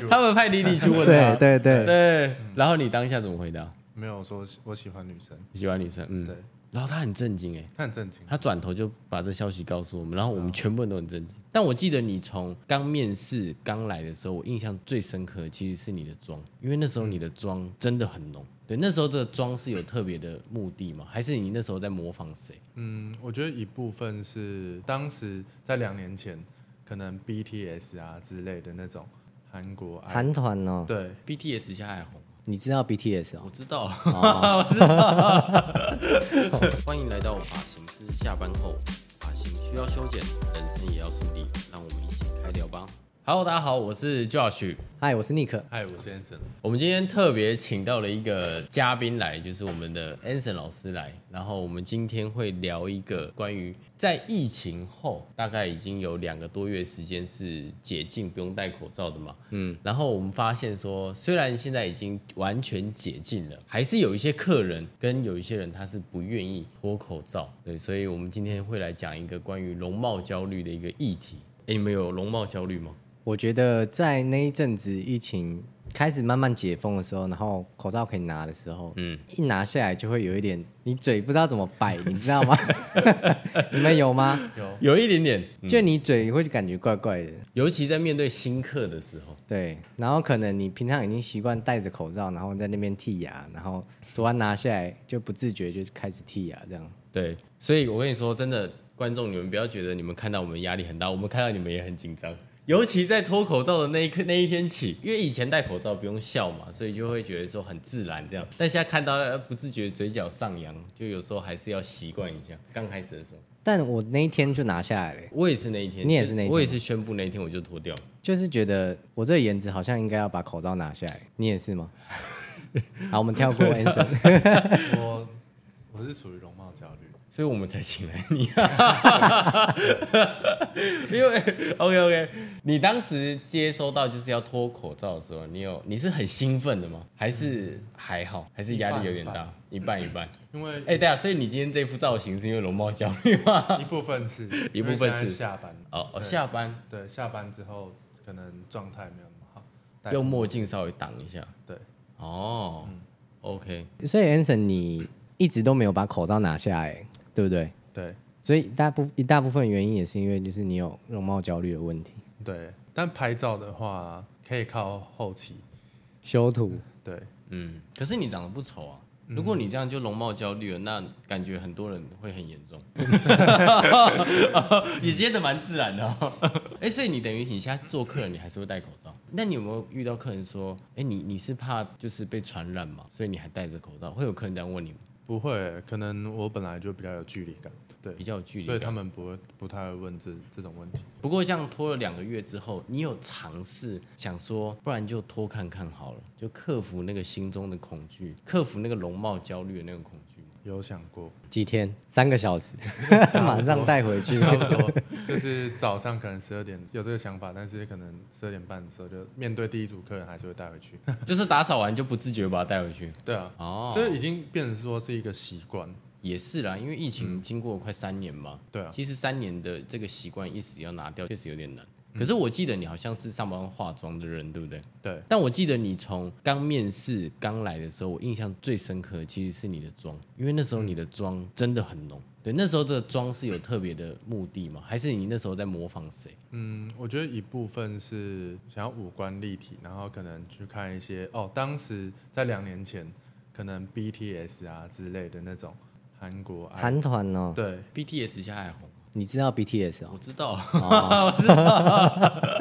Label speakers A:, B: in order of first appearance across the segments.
A: 我
B: 他们派弟弟去问
C: 对
B: 他，
C: 对对，
B: 对然后你当下怎么回答？
A: 没有说我喜欢女生，
B: 你喜欢女生，嗯
A: 对，，
B: 然后他很震惊哎、
A: 他很正经，
B: 他转头就把这消息告诉我们，然后我们全部人都很震惊。嗯但我记得你从刚面试刚来的时候，我印象最深刻的其实是你的妆，因为那时候你的妆真的很浓。对，那时候的妆是有特别的目的吗？还是你那时候在模仿谁？
A: 嗯，我觉得一部分是当时在两年前，可能 BTS 啊之类的那种韩国爱，
C: 韩团哦，
A: 对
B: BTS 现在还红吗，
C: 你知道 BTS 哦
B: 我？知道，
C: 哦
B: 我知道。 欢迎来到我发型师下班后，发型需要修剪，人生也要树立，让我们一起开聊吧。Hello，大家好，我是 Josh。
C: 嗨，我是 Nick。
A: 爱我先生，
B: 我们今天特别请到了一个嘉宾来，就是我们的 Anson 老师来。然后我们今天会聊一个关于在疫情后，大概已经有两个多月时间是解禁不用戴口罩的嘛。嗯，然后我们发现说，虽然现在已经完全解禁了，还是有一些客人跟有一些人他是不愿意脱口罩。对，所以我们今天会来讲一个关于容貌焦虑的一个议题。哎，你们有容貌焦虑吗？
C: 我觉得在那一阵子疫情开始慢慢解封的时候，然后口罩可以拿的时候，
B: 嗯
C: 嗯，一拿下来就会有一点，你嘴不知道怎么摆，你知道吗？你们有吗？
A: 有
B: 有一嗯点点，
C: 就你嘴会感觉怪怪的，
B: 尤其在面对新客的时候。
C: 对。然后可能你平常已经习惯戴着口罩，然后在那边剔牙，然后突然拿下来就不自觉就开始剔牙，这样。
B: 对，所以我跟你说，真的，观众你们不要觉得你们看到我们压力很大，我们看到你们也很紧张。尤其在脱口罩的那一刻那一天起，因为以前戴口罩不用笑嘛，所以就会觉得说很自然这样。但现在看到呃不自觉嘴角上扬，就有时候还是要习惯一下。刚开始的时候，
C: 但我那一天就拿下来了，
B: 我也是那一天，
C: 你也是那一天吗
B: 我也是宣布那一天我就脱掉了。
C: 就是觉得我这个颜值好像应该要把口罩拿下来。你也是吗？ 好，我们跳过 Anson。
A: 我我是属于容貌焦虑，
B: 所以我们才请来你， 因为 OK OK，你当时接收到就是要脱口罩的时候，你有你是很兴奋的吗？还是还好？还是压力有点大？嗯一半一半。
A: 因为
B: 哎、对啊，所以你今天这副造型是因为容貌焦虑吗？
A: 一部分是
B: 一部分是
A: 因为现在下班，
B: 哦哦，
A: 对
B: 下班
A: 对下班之后可能状态没有那么好，戴
B: 用墨镜稍微挡一下。
A: 对
B: 哦、o k
C: 所以 Anson，你一直都没有把口罩拿下来，对不对？
A: 对
C: 所以大部一大部分原因也是因为就是你有容貌焦虑的问题，
A: 对，但拍照的话可以靠后期，
C: 修图。
A: 对
B: 嗯，可是你长得不丑啊。
A: 嗯
B: 如果你这样就容貌焦虑了，那感觉很多人会很严 重，也接的蛮自然的、哦。 哎、所以你等于你现在做客人，你还是会戴口罩。那你有没有遇到客人说，哎、你你是怕就是被传染嘛，所以你还戴着口罩？会有客人这样问你吗？
A: 不会，可能我本来就比较有距离感，对
B: 比。较有距
A: 所
B: 离
A: 以他
B: 感。
A: 们不会不太会问这这种问题，
B: 不过这样拖了两个月之后，你有尝试想说，不然就拖看看好了，就克服那个心中的恐惧，克服那个容貌焦虑的那个恐惧吗？
A: 有想过，
C: 几天，三个小时， 马上带回去。
A: 差不多，就是早上可能十二点有这个想法，但是可能十二点半的时候就面对第一组客人还是会带回去。
B: 就是打扫完就不自觉把它带回去。
A: 对啊，
B: 哦，
A: 这已经变成说是一个习惯。
B: 也是啦，因为疫情经过快三年嘛，
A: 对啊，
B: 其实三年的这个习惯一时要拿掉，确实有点难。可是我记得你好像是上班化妆的人，对不对？
A: 对，
B: 但我记得你从刚面试刚来的时候，我印象最深刻的其实是你的妆，因为那时候你的妆真的很浓。对，那时候的妆是有特别的目的吗？还是你那时候在模仿谁？
A: 嗯，我觉得一部分是想要五官立体，然后可能去看一些哦，当时在两年前，可能 BTS 啊之类的那种韩国爱，
C: 韩团哦，
A: 对
B: BTS 现在还红吗，
C: 你知道 BTS
B: 我
C: 哦？
B: 知道，
C: 哦
B: 我知道。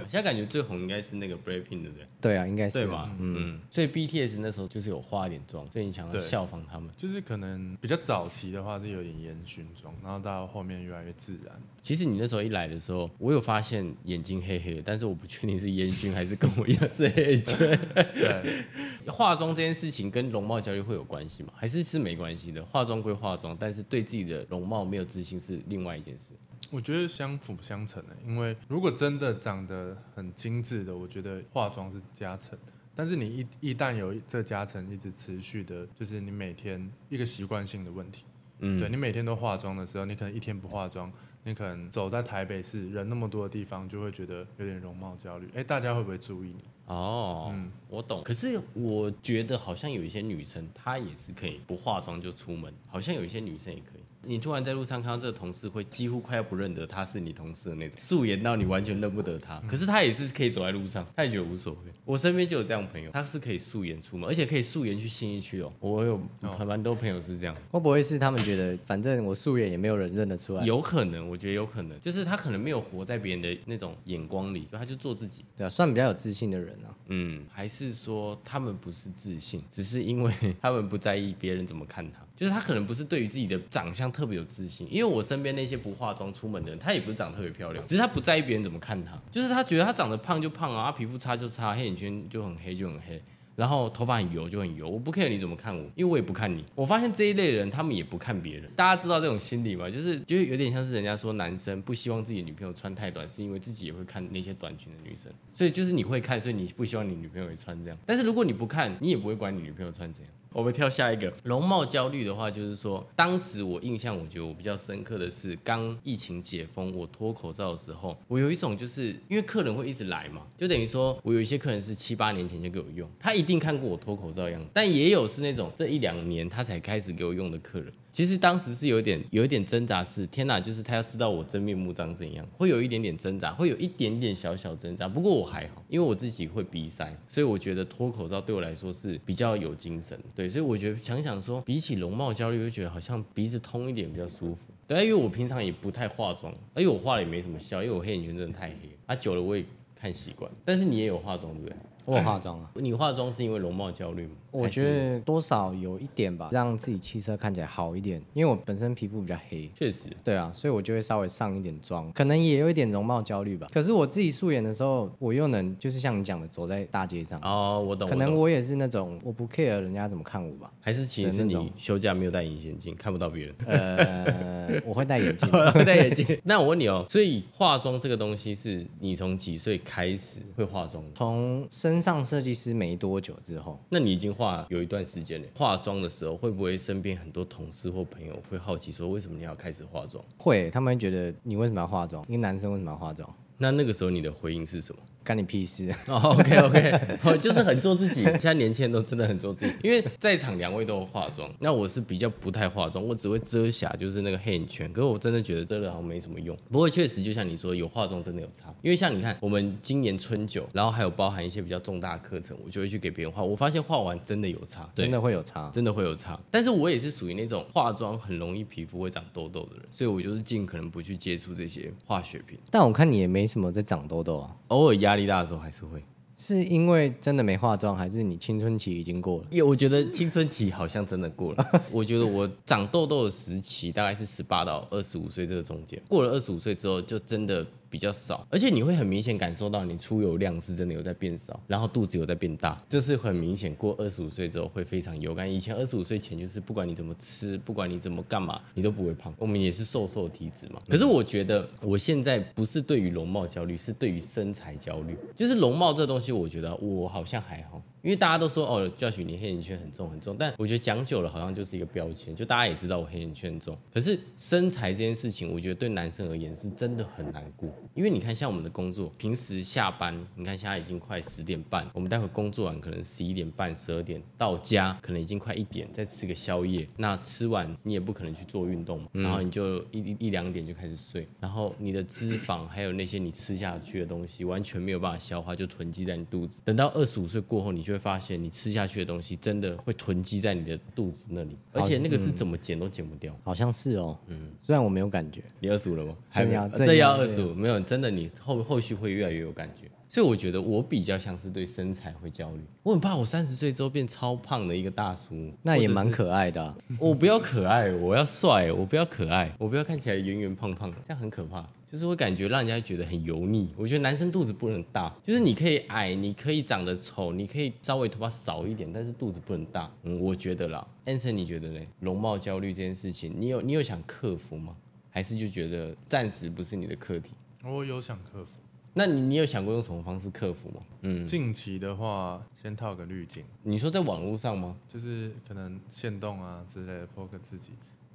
B: 现在感觉最红应该是那个 Breaking，对不对？
C: 对啊，应该
B: 对
C: 是
B: 吧？嗯，所以 BTS 那时候就是有化一点妆，所以你想要
A: 对
B: 效仿他们。
A: 就是可能比较早期的话是有点烟熏妆，然后到后面越来越自然。
B: 其实你那时候一来的时候，我有发现眼睛黑黑的，但是我不确定是烟熏还是跟我一样是黑圈。
A: 对，
B: 化妆这件事情跟容貌焦虑会有关系吗？还是是没关系的？化妆归化妆，但是对自己的容貌没有自信是另外一件事。
A: 我觉得相辅相成的、因为如果真的长得很精致的，我觉得化妆是加成。但是你一一旦有这加成一直持续的，就是你每天一个习惯性的问题，
B: 嗯
A: 对你每天都化妆的时候，你可能一天不化妆，你可能走在台北市人那么多的地方，就会觉得有点容貌焦虑。哎、大家会不会注意你？
B: 哦，我懂。可是我觉得好像有一些女生，她也是可以不化妆就出门，好像有一些女生也可以。你突然在路上看到这个同事，会几乎快要不认得她是你同事的那种，素颜到你完全认不得她。可是她也是可以走在路上，她也觉得无所谓。我身边就有这样的朋友，她是可以素颜出门，而且可以素颜去信义区哦。我有
A: 哦
B: 蛮多朋友是这样。
C: 会不会是他们觉得，反正我素颜也没有人认得出来，
B: 有可能，我觉得有可能，就是她可能没有活在别人的那种眼光里，就她就做自己。
C: 对啊，算比较有自信的人啊。
B: 嗯，还是说他们不是自信，只是因为他们不在意别人怎么看他，就是他可能不是对于自己的长相特别有自信。因为我身边那些不化妆出门的人，他也不是长得特别漂亮，只是他不在意别人怎么看他，就是他觉得他长得胖就胖啊，他皮肤差就差，黑眼圈就很黑就很黑。然后头发很油就很油，我不 care 你怎么看我，因为我也不看你。我发现这一类人，他们也不看别人。大家知道这种心理吗？就是就是有点像是人家说男生不希望自己的女朋友穿太短，是因为自己也会看那些短裙的女生，所以就是你会看，所以你不希望你女朋友也穿这样。但是如果你不看，你也不会管你女朋友穿怎样。我们跳下一个容貌焦虑的话，就是说，当时我印象，我觉得我比较深刻的是，刚疫情解封，我脱口罩的时候，我有一种就是因为客人会一直来嘛，就等于说我有一些客人是七八年前就给我用，他一定看过我脱口罩的样子，但也有是那种这一两年他才开始给我用的客人。其实当时是有一点有一点挣扎是，天哪，就是他要知道我真面目长怎样，会有一点点挣扎，会有一点点小小挣扎。不过我还好，因为我自己会鼻塞，所以我觉得脱口罩对我来说是比较有精神。对，所以我觉得想想说，比起容貌焦虑，我就觉得好像鼻子通一点比较舒服。对，因为我平常也不太化妆，而且我化了也没什么效，因为我黑眼圈真的太黑，啊，久了我也看习惯。但是你也有化妆对不对？
C: 我有化妆啊，
B: 你化妆是因为容貌焦虑吗？哎
C: 我觉得多少有一点吧，让自己气色看起来好一点，因为我本身皮肤比较黑。
B: 确实，
C: 对啊，所以我就会稍微上一点妆，可能也有一点容貌焦虑吧。可是我自己素颜的时候，我又能就是像你讲的，走在大街上，
B: 哦，我懂，
C: 可
B: 我
C: 能
B: 懂
C: 我也是那种我不 care 人家怎么看 我吧。
B: 还是其实是
C: 的那
B: 你
C: 种
B: 休假没有戴隐形眼镜，看不到别人。
C: 呃，我会戴眼镜，
B: 戴眼镜。那我问你哦，所以化妆这个东西是你从几岁开始会化妆的？
C: 从身上设计师没多久之后，
B: 那你已经化有一段时间了。化妆的时候，会不会身边很多同事或朋友会好奇说，为什么你要开始化妆？
C: 会他们会觉得你为什么要化妆？一个男生为什么要化妆？
B: 那那个时候你的回应是什么？
C: 干你屁事！
B: 哦、o k OK，我就是很做自己。现在年轻人都真的很做自己，因为在场两位都有化妆，那我是比较不太化妆，我只会遮瑕，就是那个黑眼圈。可是我真的觉得遮了好像没什么用。不过确实就像你说，有化妆真的有差，因为像你看，我们今年春酒，然后还有包含一些比较重大的课程，我就会去给别人化。我发现化完真的有差，对
C: 真的会有差。
B: 真的会有差。但是我也是属于那种化妆很容易皮肤会长痘痘的人，所以我就是尽可能不去接触这些化学品。
C: 但我看你也没什么在长痘痘啊，
B: 偶尔压力大的时候还是会。
C: 是因为真的没化妆，还是你青春期已经过了？
B: 也我觉得青春期好像真的过了。 我觉得我长痘痘的时期大概是十八到二十五岁这个中间，过了二十五岁之后就真的比较少，而且你会很明显感受到你出油量是真的有在变少，然后肚子有在变大，这是很明显。过二十五岁之后会非常有感。以前二十五岁前就是不管你怎么吃，不管你怎么干嘛，你都不会胖。我们也是瘦瘦的体质嘛。可是我觉得我现在不是对于容貌焦虑，是对于身材焦虑。就是容貌这东西，我觉得我好像还好。因为大家都说哦，Josh 你黑眼圈很重很重，但我觉得讲久了好像就是一个标签，就大家也知道我黑眼圈很重。可是身材这件事情，我觉得对男生而言是真的很难过，因为你看像我们的工作，平时下班，你看现在已经快十点半，我们待会工作完可能十一点半、十二点到家，可能已经快一点，再吃个宵夜。那吃完你也不可能去做运动嘛，
C: 嗯
B: 然后你就一一一两点就开始睡，然后你的脂肪还有那些你吃下去的东西完全没有办法消化，就囤积在你肚子。等到二十五岁过后，你就会发现你吃下去的东西真的会囤积在你的肚子那里，而且那个是
C: 嗯
B: 怎么减都减不掉。
C: 好像是哦，嗯，虽然我没有感觉，
B: 你二十五了吗？
C: 真
B: 没
C: 要
B: 有，
C: 真
B: 这要
C: 要
B: 二十五，没有，真的你后后续会越来越有感觉。所以我觉得我比较像是对身材会焦虑，我很怕我三十岁之后变超胖的一个大叔，
C: 那也蛮
B: 或者
C: 可爱的啊、
B: 是。我不要可爱，我要帅，我不要可爱，我不要看起来圆圆胖胖的，这样很可怕。就是会感觉让人家觉得很油腻。我觉得男生肚子不能大，就是你可以矮，你可以长得丑，你可以稍微头发少一点，但是肚子不能大。嗯，我觉得啦，Anson 你觉得呢？容貌焦虑这件事情，你有你有想克服吗？还是就觉得暂时不是你的课题？
A: 我哦有想克服。
B: 那你你有想过用什么方式克服吗？嗯，
A: 近期的话，先套个滤镜，
B: 你说在网络上吗？
A: 就是可能限动啊之类的，破个自己，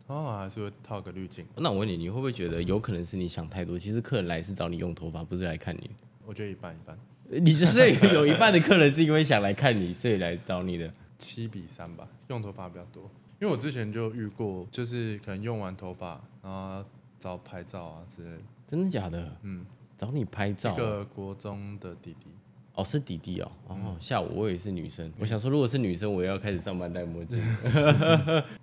A: 通常还是会套个滤镜。
B: 那我问你，你会不会觉得有可能是你想太多？其实客人来是找你用头发，不是来看你。
A: 我觉得一半一半，
B: 你就是有一半的客人是因为想来看你，所以来找你的。
A: 七比三吧，用头发比较多。因为我之前就遇过，就是可能用完头发，然后找拍照啊之类的。
B: 真的假的？
A: 嗯，
B: 找你拍照
A: 一
B: 啊？
A: 个国中的弟弟，
B: 哦，是弟弟哦。
A: 嗯
B: 哦，吓我，我以为是女生。我想说，如果是女生，我也要开始上班戴墨镜。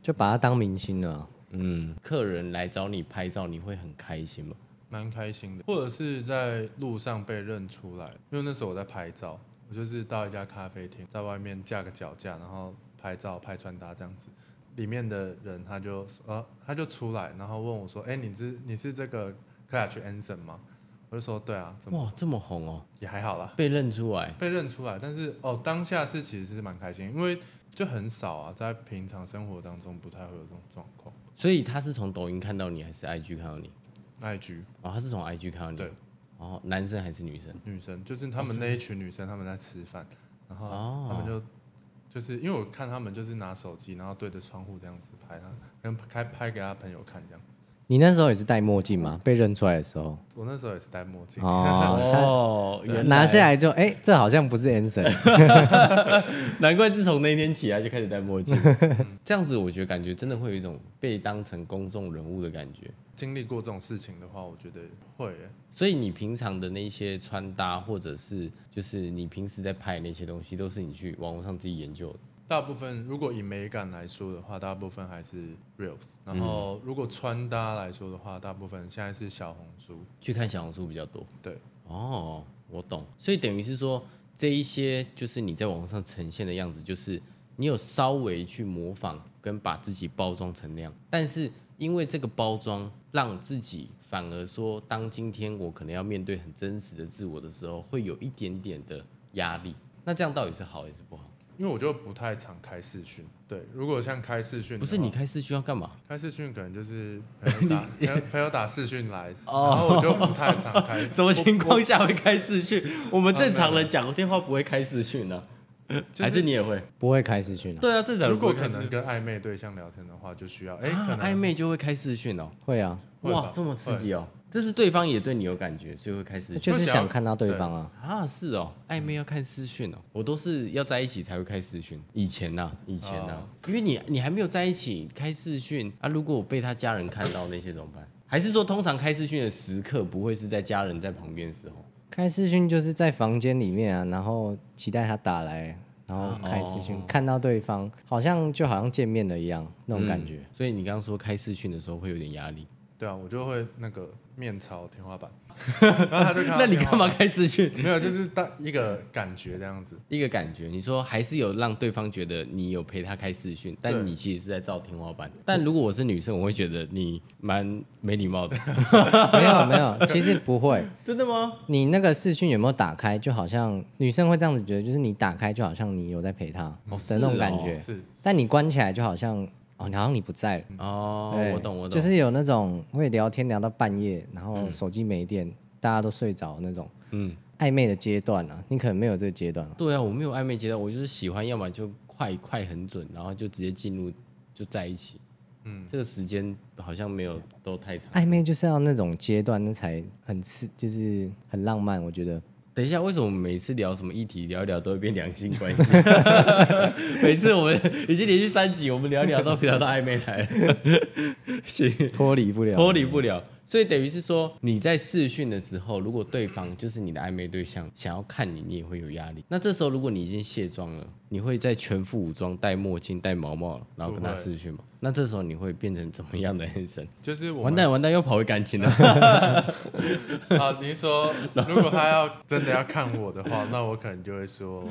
C: 就把他当明星了啊。
B: 嗯，客人来找你拍照，你会很开心吗？
A: 蛮开心的。或者是在路上被认出来，因为那时候我在拍照，我就是到一家咖啡厅，在外面架个脚架，然后拍照拍穿搭这样子。里面的人他就说呃他就出来，然后问我说：“哎、你是你是这个 Clutch Anson 吗？”我就说：“对啊，怎么
B: 哇，这么红哦，
A: 也还好啦。”
B: 被认出来，
A: 被认出来，但是哦，当下是其实是蛮开心，因为就很少啊，在平常生活当中不太会有这种状况。
B: 所以他是从抖音看到你，还是 IG 看到你？
A: IG
B: 哦，他是从 IG 看到你。
A: 对。
B: 哦，男生还是女生？
A: 女生就是他们那一群女生，他们在吃饭，然
B: 哦
A: 后他们就、就是因为我看他们就是拿手机，然后对着窗户这样子拍，他跟拍拍给他朋友看这样子。
C: 你那时候也是戴墨镜吗？被认出来的时候，
A: 我那时候也是戴墨镜，
B: 哦，原来
C: 拿下来就哎、这好像不是 Anson，
B: 难怪自从那天起来就开始戴墨镜，这样子我觉得感觉真的会有一种被当成公众人物的感觉。
A: 经历过这种事情的话，我觉得会耶、
B: 所以你平常的那些穿搭，或者是就是你平时在拍那些东西，都是你去网络上自己研究的。
A: 大部分如果以美感来说的话，大部分还是 reels，然
B: 嗯
A: 后如果穿搭来说的话，大部分现在是小红书。
B: 去看小红书比较多。
A: 对，
B: 哦，我懂。所以等于是说，这一些就是你在网上呈现的样子，就是你有稍微去模仿跟把自己包装成那样，但是因为这个包装，让自己反而说，当今天我可能要面对很真实的自我的时候，会有一点点的压力。那这样到底是好还是不好？
A: 因为我就不太常开视讯，对，如果像开视讯的
B: 不
A: 话，
B: 是你开视讯要干嘛？
A: 开视讯可能就是朋友打朋友朋友打视 讯来，然
B: 哦
A: 后我就不太常开。
B: 什么情
A: 我？
B: 况下会开视讯？ 哦我们正常人讲个电话不会开视讯呢、
A: 就是
B: 还是你也会？
C: 不会开视讯啊？
B: 对啊，正常
A: 我
B: 人
A: 如果
B: 不会
A: 可
B: 开视
A: 能
B: 讯
A: 跟暧昧对象聊天的话，就需要哎、可
B: 啊，暧
A: 能
B: 昧就会开视讯哦，
C: 会啊，
A: 会吧
B: 哇，这么刺激哦！这是对方也对你有感觉，所以会开视讯
C: 就是想看到对方啊。
B: 啊，是哦，暧昧要看视讯哦，我都是要在一起才会开视讯。以前呐、以前呐、
A: 哦
B: 因为你你还没有在一起开视讯啊，如果我被他家人看到那些怎么办？还是说通常开视讯的时刻不会是在家人在旁边的时候？
C: 开视讯就是在房间里面啊，然后期待他打来，然
B: 哦
C: 后开视讯、看到对方，好像就好像见面了一样那种感觉。
B: 嗯所以你刚刚说开视讯的时候会有点压力，
A: 对啊，我就会那个面朝 天花板，然后他就看到
B: 那你
A: 天花
B: 干嘛
A: 板？
B: 开视讯？
A: 没有，就是当一个感觉这样子。
B: 一个感觉，你说还是有让对方觉得你有陪他开视讯，但
A: 对
B: 你其实是在照天花板。但如果我是女生，我会觉得你蛮没礼貌的。
C: 没有没有，其实不会。
B: 真的吗？
C: 你那个视讯有没有打开？就好像女生会这样子觉得，就是你打开就好像你有在陪她
B: 哦
C: 的那种感觉，
A: 是
C: 但你关起来就好像哦，你好像你不在了。
B: 哦
C: 对，
B: 我懂，我懂。
C: 就是有那种会聊天聊到半夜，然后手机没电，大家都睡着那种
B: 嗯，
C: 暧昧的阶段啊，你可能没有这个阶段、啊。
B: 对啊，我没有暧昧阶段，我就是喜欢，要么就快快很准，然后就直接进入就在一起。嗯，这个时间好像没有都太长。
C: 暧昧就是要那种阶段，那才很刺，就是很浪漫。我觉得
B: 等一下，为什么我们每次聊什么议题聊一聊都会变两性 关系？每次我们已经连续三集，我们聊一聊都聊到暧昧来了。 行，
C: 脱离不了，
B: 脱离不了。所以等于是说，你在试训的时候，如果对方就是你的暧昧对象，想要看你，你也会有压力。那这时候，如果你已经卸妆了，你会在全副武装、戴墨镜、戴毛帽，然后跟他
A: 不会
B: 试训吗？那这时候你会变成怎么样的男生？
A: 就是我
B: 完
A: 们
B: 蛋，完蛋，又跑回感情了。
A: 啊，你说如果他要真的要看我的话， 那我可能就会说，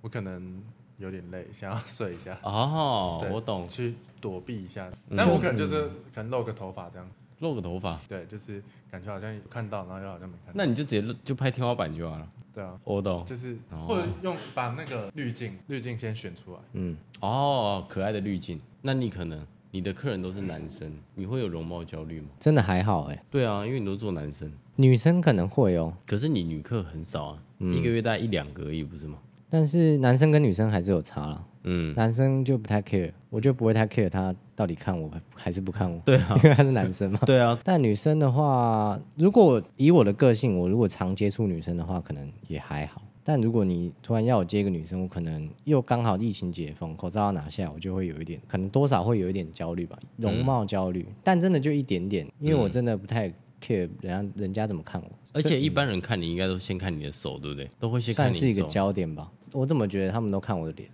A: 我可能有点累，想要睡一下。
B: 哦
A: 对，
B: 我懂，
A: 去躲避一下。
B: 嗯
A: 但我可能就是可能露个头发这样，
B: 露个头发，
A: 对，就是感觉好像有看到，然后又好像没看到。
B: 那你就直接就拍天花板就好了。
A: 对啊，
B: 我懂。
A: 就是
B: 哦
A: 或者用把那个滤镜滤镜先选出来，
C: 嗯，
B: 哦，可爱的滤镜。那你可能你的客人都是男生，你会有容貌焦虑吗？
C: 真的还好哎、
B: 对啊，因为你都做男生。
C: 女生可能会哦、嗯
B: 可是你女客很少啊，一个月大概一两个而已，不是吗？
C: 但是男生跟女生还是有差啦，
B: 嗯，
C: 男生就不太 care，我就不会太 care 他到底看我还是不看我，
B: 对啊，
C: 因为他是男生嘛。
B: 对啊，
C: 但女生的话，如果以我的个性，我如果常接触女生的话，可能也还好。但如果你突然要我接一个女生，我可能又刚好疫情解封，口罩要拿下，我就会有一点，可能多少会有一点焦虑吧，
B: 嗯
C: 容貌焦虑。但真的就一点点，因为我真的不太 care 人家人家怎么看我。
B: 而且一般人看你应该都先看你的手，对不对？都会先看
C: 算
B: 你
C: 是
B: 的
C: 一个
B: 手。
C: 焦点吧，我怎么觉得他们都看我的脸？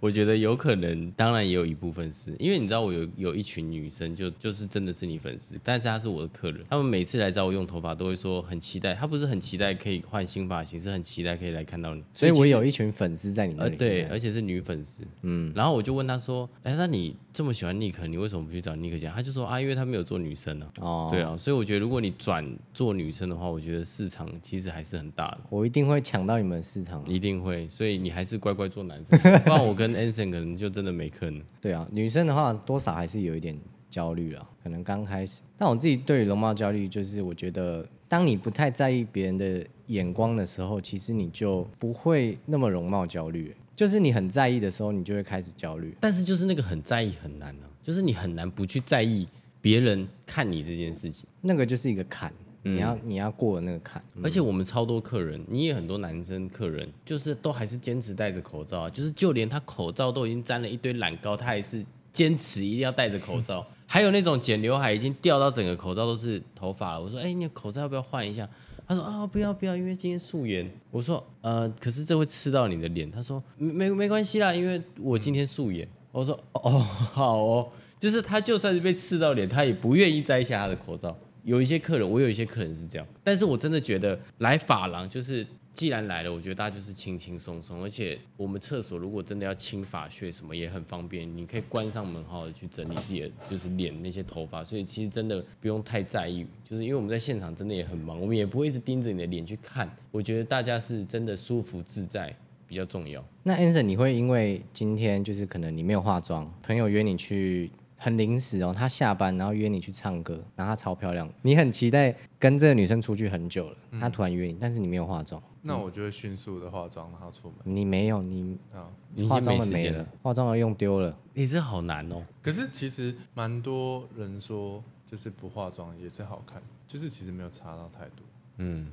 B: 我觉得有可能，当然也有一部分是因为你知道，我有有一群女生就就是真的是你粉丝，但是她是我的客人，她们每次来找我用头发都会说很期待，她不是很期待可以换新发型，是很期待可以来看到你。
C: 所以
B: 其实
C: 我有一群粉丝在你那
B: 呃，
C: 里。
B: 对，而且是女粉丝，嗯，然后我就问她说，哎，那你这么喜欢尼克，你为什么不去找尼克讲？她就说啊，因为她没有做女生啊，
C: 哦，
B: 对啊，所以我觉得如果你转做女生的话，我觉得市场其实还是很大的，
C: 我一定会抢到你们的市场。
B: 一定会，所以你还是乖乖做男生，不然我跟 Anson 可能就真的没客人了。
C: 对啊，女生的话多少还是有一点焦虑啊，可能刚开始。但我自己对于容貌焦虑，就是我觉得，当你不太在意别人的眼光的时候，其实你就不会那么容貌焦虑。就是你很在意的时候，你就会开始焦虑。
B: 但是就是那个很在意很难啊，就是你很难不去在意别人看你这件事情。
C: 那个就是一个坎，你要、
B: 嗯
C: 你要过的那个坎。
B: 而且我们超多客人，你也很多男生客人，就是都还是坚持戴着口罩啊，就是就连他口罩都已经沾了一堆染膏，他还是坚持一定要戴着口罩。还有那种剪刘海已经掉到整个口罩都是头发了，我说：“哎、你的口罩要不要换一下？”他说：“啊，不要不要，因为今天素颜。”我说：“呃，可是这会吃到你的脸。”他说：“没没没关系啦，因为我今天素颜。”我说：“哦，哦好哦。”就是他就算是被刺到脸，他也不愿意摘下他的口罩。有一些客人，我有一些客人是这样，但是我真的觉得来发廊就是，既然来了，我觉得大家就是轻轻松松，而且我们厕所如果真的要清发屑什么也很方便，你可以关上门好好的去整理自己的就是脸那些头发，所以其实真的不用太在意，就是因为我们在现场真的也很忙，我们也不会一直盯着你的脸去看，我觉得大家是真的舒服自在比较重要。
C: 那 Anson，你会因为今天就是可能你没有化妆，朋友约你去很临时哦，他下班然后约你去唱歌，然后她超漂亮，你很期待跟这个女生出去很久了，
B: 嗯
C: 她突然约你，但是你没有化妆，
A: 那我就会迅速的化妆，然后出门
C: 你没有，你
A: 啊。
B: 你已
C: 化
B: 经
C: 妆
B: 没
C: 的
B: 时
C: 没
B: 间
C: 了
B: 了，，
C: 化妆的用丢了，
B: 你、这好难哦。
A: 可是其实蛮多人说，就是不化妆也是好看，就是其实没有差到太多。
B: 嗯，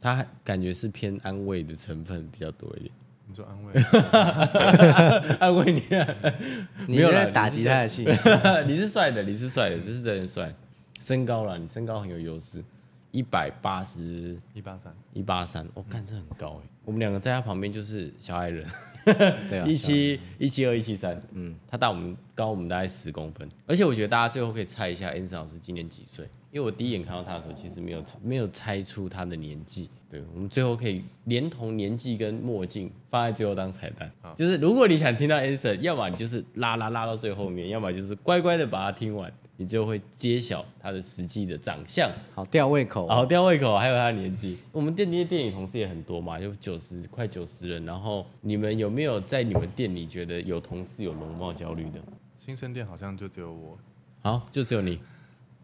B: 他感觉是偏安慰的成分比较多一点，
A: 你说安慰，
B: 安慰你、啊，
C: 你
B: 没有啦
C: 在打击他的戏。
B: 你是帅的，你是帅的，这是真的帅，身高啦，你身高很有优势，一百八十
A: 一八三，
B: 一八三，我看这很高哎，我们两个在他旁边就是小矮人，
C: 对啊
B: 一，七一七二一七三，嗯，他大我们高我们大概十公分，而且我觉得大家最后可以猜一下 Anson 老师今年几岁，因为我第一眼看到他的时候，其实没有没有猜出他的年纪。对，我们最后可以连同年纪跟墨镜放在最后当彩蛋，就是如果你想听到 Anson，要么你就是拉拉拉到最后面，要么就是乖乖的把它听完，你就会揭晓他的实际的长相。
C: 好吊胃 口哦。
B: 好吊胃口，还有他的年纪。我们店里的店里同事也很多嘛，就九十快九十人。然后你们有没有在你们店里觉得有同事有容貌焦虑的？
A: 新生店好像就只有我，
B: 好，就只有你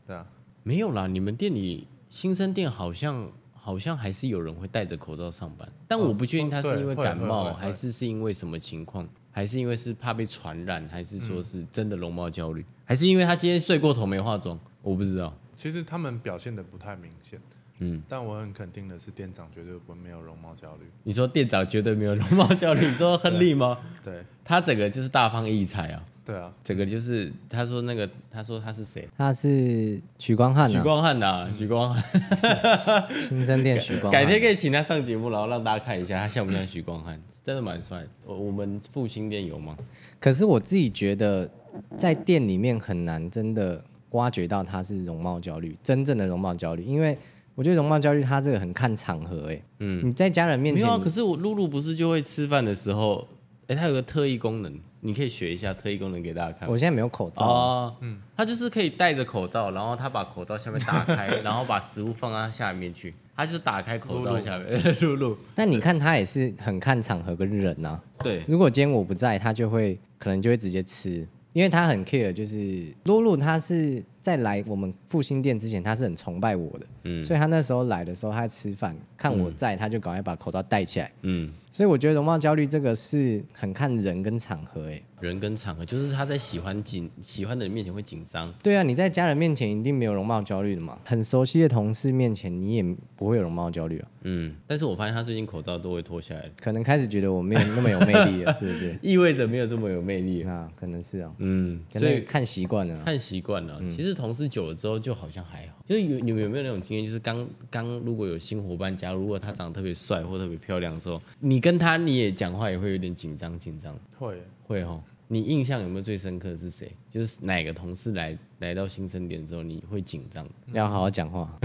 A: 对啊，
B: 没有啦。你们店里新生店好像好像还是有人会戴着口罩上班，但我不确定他是因为感
A: 哦对会
B: 冒，
A: 会会
B: 还是是因为什么情况，还是因为是怕被传染，还是说是真的容貌焦虑，还是因为他今天睡过头没化妆，我不知道。
A: 其实他们表现的不太明显，
B: 嗯，
A: 但我很肯定的是，店长绝对不没有容貌焦虑。
B: 你说店长绝对没有容貌焦虑，你说亨利吗？
A: 对，
B: 他整个就是大放异彩啊，
A: 对啊，
B: 整个就是他说那个他说他是谁？
C: 他是许光汉
B: 许
C: 啊，
B: 光汉呐、许光汉，
C: 新生店许光汉。
B: 改天可以请他上节目，然后让大家看一下他像不像许光汉，真的蛮帅的。我我们复兴店有吗？
C: 可是我自己觉得，在店里面很难真的挖掘到他是容貌焦虑，真正的容貌焦虑，因为我觉得容貌焦虑它这个很看场合、欸，嗯，你在家人面
B: 没
C: 前
B: 有啊，可是我露露不是就会吃饭的时候，哎、他有个特异功能，你可以学一下特异功能给大家看。
C: 我现在没有口罩，啊
B: 哦，嗯，他就是可以戴着口罩，然后他把口罩下面打开， 然后把食物放到下面去，他就打开口罩下面，露露，
C: 但你看他也是很看场合跟人呐、啊。
B: 对，
C: 如果今天我不在，他就会可能就会直接吃，因为他很 care。就是露露，他是在来我们复兴店之前，他是很崇拜我的，
B: 嗯
C: 所以他那时候来的时候，他在吃饭看我在，他就赶快把口罩戴起来。
B: 嗯，
C: 所以我觉得容貌焦虑这个是很看人跟场合、欸，
B: 人跟场合，就是他在喜欢紧喜欢的人面前会紧张，
C: 对啊，你在家人面前一定没有容貌焦虑的嘛，很熟悉的同事面前你也不会有容貌焦虑啊，
B: 嗯，但是我发现他最近口罩都会脱下来，
C: 可能开始觉得我没有那么有魅 力了，是不是？
B: 意味着没有这么有魅力，
C: 啊，可能是哦、
B: 嗯，
C: 可
B: 所
C: 能
B: 以
C: 看习惯了啊、
B: 看习惯了。其实同事久了之后，就好像还好。就是有你们有没有那种经验，就是刚刚如果有新伙伴加入，如果他长得特别帅或特别漂亮的时候，你跟他你也讲话也会有点紧张紧张，
A: 会 耶
B: 会哦。你印象有没有最深刻的是谁？就是哪个同事来来到新生点之后，你会紧张，
C: 要好好讲话。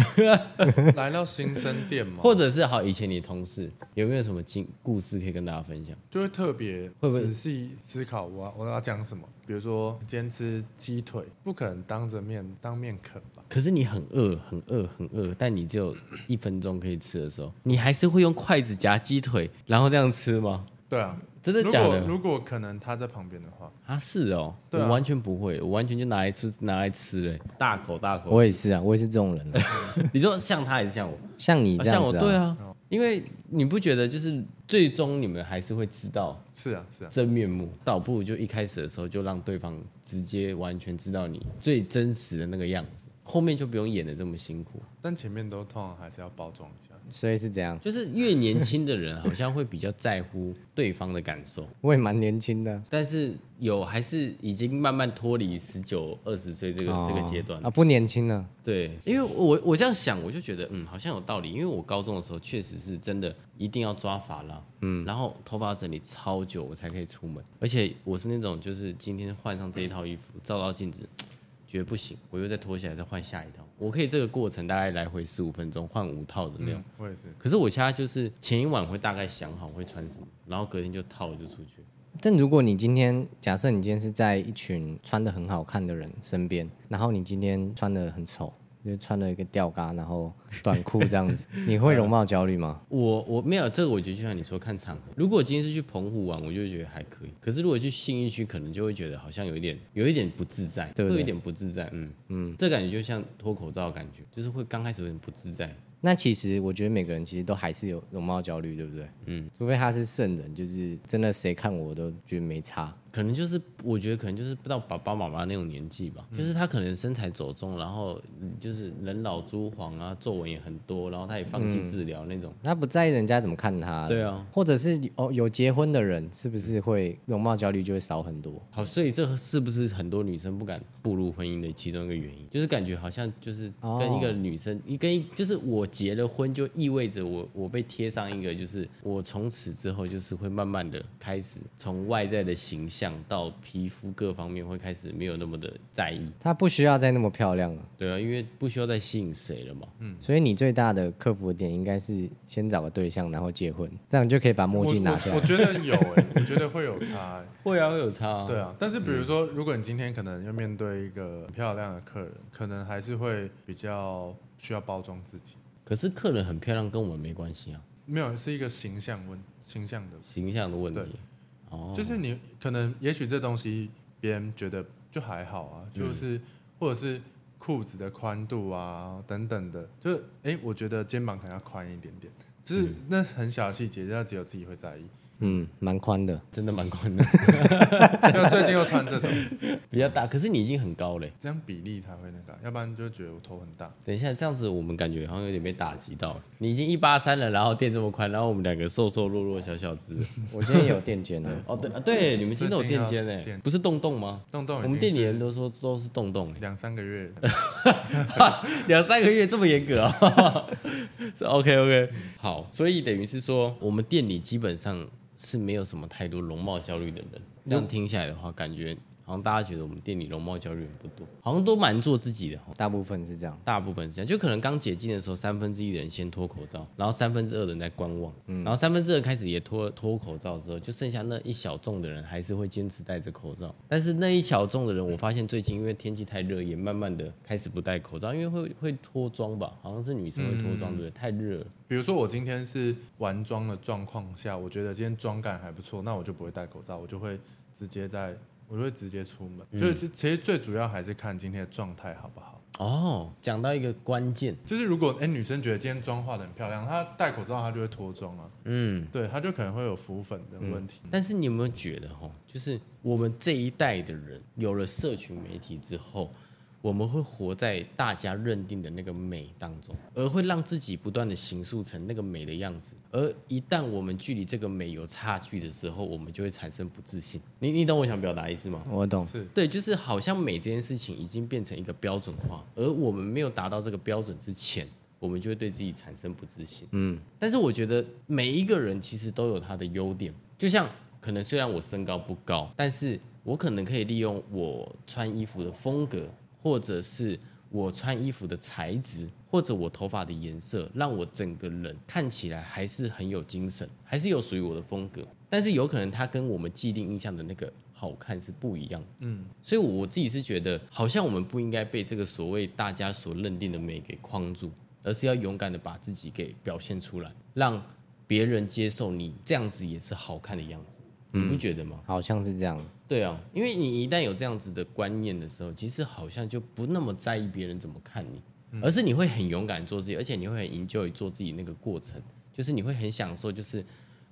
A: 来到新生店嘛，
B: 或者是好以前你同事有没有什么经故事可以跟大家分享？
A: 就会特别
B: 会不会
A: 仔细思考我要我要讲什么。比如说今天吃鸡腿，不可能当着面当面啃吧？
B: 可是你很饿，很饿，很饿，但你只有一分钟可以吃的时候，你还是会用筷子夹鸡腿，然后这样吃吗？
A: 对啊，
B: 真的假的
A: 如果如果可能他在旁边的话，
B: 啊，是哦，
A: 对啊
B: 我完全不会，我完全就拿来吃，拿来吃嘞，大口大口。
C: 我也是啊，我也是这 种人、啊，
B: 你说像他还是像我？
C: 像你
B: 啊
C: 这
B: 像
C: 样
B: 我，
C: 子、
B: 对，啊，因为你不觉得就是最终你们还是会知道
A: 是啊是啊，
B: 真面目，倒不如就一开始的时候就让对方直接完全知道你最真实的那个样子，后面就不用演的这么辛苦。
A: 但前面都通常还是要包装一下。
C: 所以是这样。
B: 就是越年轻的人好像会比较在乎对方的感受，
C: 我也蛮年轻的，
B: 但是有还是已经慢慢脱离十九二十岁这个、这个
C: 哦
B: 阶段
C: 啊，不年轻了。
B: 对，因为我我这样想，我就觉得嗯，好像有道理。因为我高中的时候确实是真的一定要抓发廊，嗯，然后头发要整理超久我才可以出门，而且我是那种就是今天换上这一套衣服，照到镜子。觉得不行，我又再脱下来，再换下一套。我可以这个过程大概来回十五分钟，换五套的那种。
A: 嗯，我也是。
B: 可是我现在就是前一晚会大概想好会穿什么，然后隔天就套了就出去。
C: 但如果你今天假设你今天是在一群穿的很好看的人身边，然后你今天穿的很丑，就穿了一个吊嘎，然后短裤这样子，你会容貌焦虑 吗？
B: 我我没有这个，我觉得就像你说看场合。如果今天是去澎湖玩，我就会觉得还可以。可是如果去信义区，可能就会觉得好像有一点有一点不自在，
C: 对不
B: 会
C: 对
B: 有一点不自在。嗯嗯，这感觉就像脱口罩的感觉，就是会刚开始有点不自在。
C: 那其实我觉得每个人其实都还是有容貌焦虑，对不对？
B: 嗯，
C: 除非他是圣人，就是真的谁看我都觉得没差。
B: 可能就是我觉得可能就是到爸爸妈妈那种年纪吧，
C: 嗯
B: 就是他可能身材走中，然后嗯就是人老珠黄啊，皱纹也很多，然后他也放
C: 嗯
B: 弃治疗那种。
C: 他不在意人家怎么看他了，
B: 对啊
C: 或者是哦有结婚的人是不是会容貌焦虑就会少很多？
B: 好，所以这是不是很多女生不敢步入婚姻的其中一个原因？就是感觉好像就是
C: 哦
B: 跟一个女生，一跟一就是我结了婚，就意味着我我被贴上一个，就是我从此之后就是会慢慢的开始从外在的形象到皮肤各方面会开始没有那么的在意，
C: 他不需要再那么漂亮了。
B: 对啊，因为不需要再吸引谁了嘛。
A: 嗯
C: 所以你最大的克服点应该是先找个对象，然后结婚，这样你就可以把墨镜拿下
A: 我我
C: 来
A: 我。觉得有诶、我觉得会有差、欸。
B: 会啊，会有差、啊
A: 对啊，但是比如说，如果你今天可能要面对一个很漂亮的客人，可能还是会比较需要包装自己。
B: 可是客人很漂亮跟我们没关系啊，
A: 没有，是一个形象问形象的，
B: 形象的问题
A: 对。
B: 哦，
A: 就是你可能也许这东西别人觉得就还
B: 嗯
A: 好啊，就是、或者是裤子的宽度啊等等的，就是哎、诶我觉得肩膀可能要宽一点点，
B: 嗯
A: 就是那很小的细节，要只有自己会在意。
C: 嗯，蛮宽 的。
B: 真的蛮困难，
A: 要最近又 穿这种，
B: 比较大。可是你已经很高嘞、
A: 这样比例才会那个啊，要不然就觉得我头很大。
B: 等一下，这样子我们感觉好像有点被打击到了。你已经一八三了，然后垫这么宽，然后我们两个瘦瘦弱弱、小小只。
C: 我今天也有垫肩啊，
B: 哦，对啊对，你们今天都有垫肩
A: 最近要
B: 诶，
A: 垫
B: 不是洞洞吗？
A: 洞洞已
B: 我们
A: 经
B: 店里
A: 是
B: 人都说都是洞洞诶，
A: 两三个月，
B: 两三个月这么严格 啊？是 OK OK，好，所以等于是说，我们店里基本上是没有什么太多容貌焦虑的人。
A: 嗯
B: 这样听下来的话，感觉好像大家觉得我们店里容貌焦虑人不多，好像都蛮做自己的哦。
C: 大部分是这样。
B: 大部分是这样，就可能刚解禁的时候，三分之一的人先脱口罩，然后三分之二的人在观望，然后三分之二开始也脱脱口罩之后，就剩下那一小众的人还是会坚持戴着口罩。但是那一小众的人，我发现最近因为天气太热，也慢慢的开始不戴口罩，因为会会脱妆吧，好像是女生会脱妆，对不对？太热了，
A: 比如说我今天是完妆的状况下，我觉得今天妆感还不错，那我就不会戴口罩，我就会直接在，我就会直接出门。就是其实最主要还是看今天的状态好不好。
B: 哦，讲到一个关键，
A: 就是如果哎、女生觉得今天妆化的很漂亮，她戴口罩她就会脱妆啊，
B: 嗯，
A: 对，她就可能会有浮粉的问题。
B: 但是你有没有觉得哈，就是我们这一代的人有了社群媒体之后，我们会活在大家认定的那个美当中，而会让自己不断的形塑成那个美的样子。而一旦我们距离这个美有差距的时候，我们就会产生不自信。你你懂我想表达的意思吗？
C: 我懂，
A: 是，
B: 对，就是好像美这件事情已经变成一个标准化，而我们没有达到这个标准之前，我们就会对自己产生不自信。
C: 嗯，
B: 但是我觉得每一个人其实都有他的优点，就像可能虽然我身高不高，但是我可能可以利用我穿衣服的风格，或者是我穿衣服的材质，或者我头发的颜色，让我整个人看起来还是很有精神，还是有属于我的风格。但是有可能它跟我们既定印象的那个好看是不一样的。
A: 嗯，
B: 所以我自己是觉得，好像我们不应该被这个所谓大家所认定的美给框住，而是要勇敢的把自己给表现出来，让别人接受你这样子也是好看的样子，你不觉得吗？
C: 好像是这样。
B: 对啊，因为你一旦有这样子的观念的时候，其实好像就不那么在意别人怎么看你，而是你会很勇敢做自己，而且你会很 enjoy 做自己那个过程，就是你会很享受，就是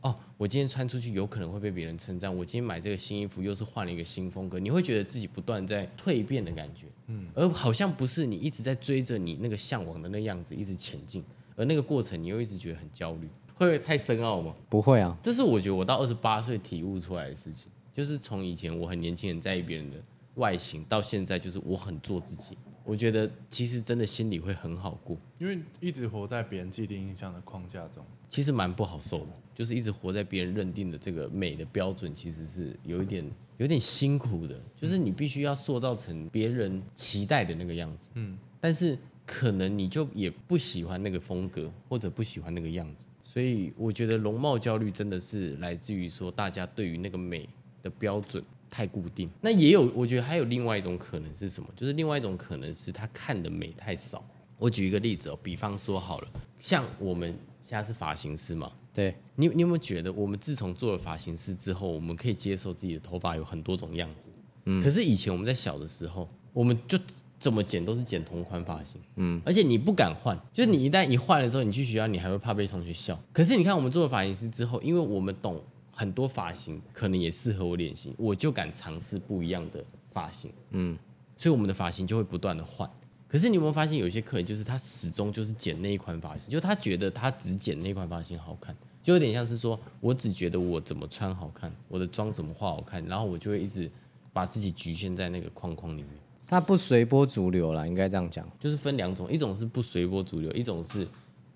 B: 哦，我今天穿出去有可能会被别人称赞，我今天买这个新衣服又是换了一个新风格，你会觉得自己不断在蜕变的感觉，嗯，而好像不是你一直在追着你那个向往的那样子一直前进，而那个过程你又一直觉得很焦虑，会不会太深奥吗？
C: 不会啊，
B: 这是我觉得我到二十八岁体悟出来的事情，就是从以前我很年轻，很在意别人的外形，到现在就是我很做自己。我觉得其实真的心里会很好过，
A: 因为一直活在别人既定印象的框架中，
B: 其实蛮不好受的，就是一直活在别人认定的这个美的标准，其实是有一点有点辛苦的，就是你必须要塑造成别人期待的那个样子，
A: 嗯，
B: 但是可能你就也不喜欢那个风格，或者不喜欢那个样子，所以我觉得容貌焦虑真的是来自于说大家对于那个美的标准太固定。那也有，我觉得还有另外一种可能是什么？就是另外一种可能是他看的美太少。我举一个例子哦，比方说好了，像我们现在是发型师嘛，
C: 对，
B: 你你有没有觉得，我们自从做了发型师之后，我们可以接受自己的头发有很多种样子？嗯，可是以前我们在小的时候，我们就怎么剪都是剪同款发型，嗯，而且你不敢换，就是你一旦一换了之后，你去学校你还会怕被同学笑。可是你看我们做了发型师之后，因为我们懂很多发型可能也适合我脸型，我就敢尝试不一样的发型，
C: 嗯，
B: 所以我们的发型就会不断的换。可是你有没有发现，有些客人就是他始终就是剪那一款发型，就他觉得他只剪那款发型好看，就有点像是说我只觉得我怎么穿好看，我的妆怎么化好看，然后我就会一直把自己局限在那个框框里面。
C: 它不随波逐流啦，应该这样讲。
B: 就是分两种，一种是不随波逐流，一种是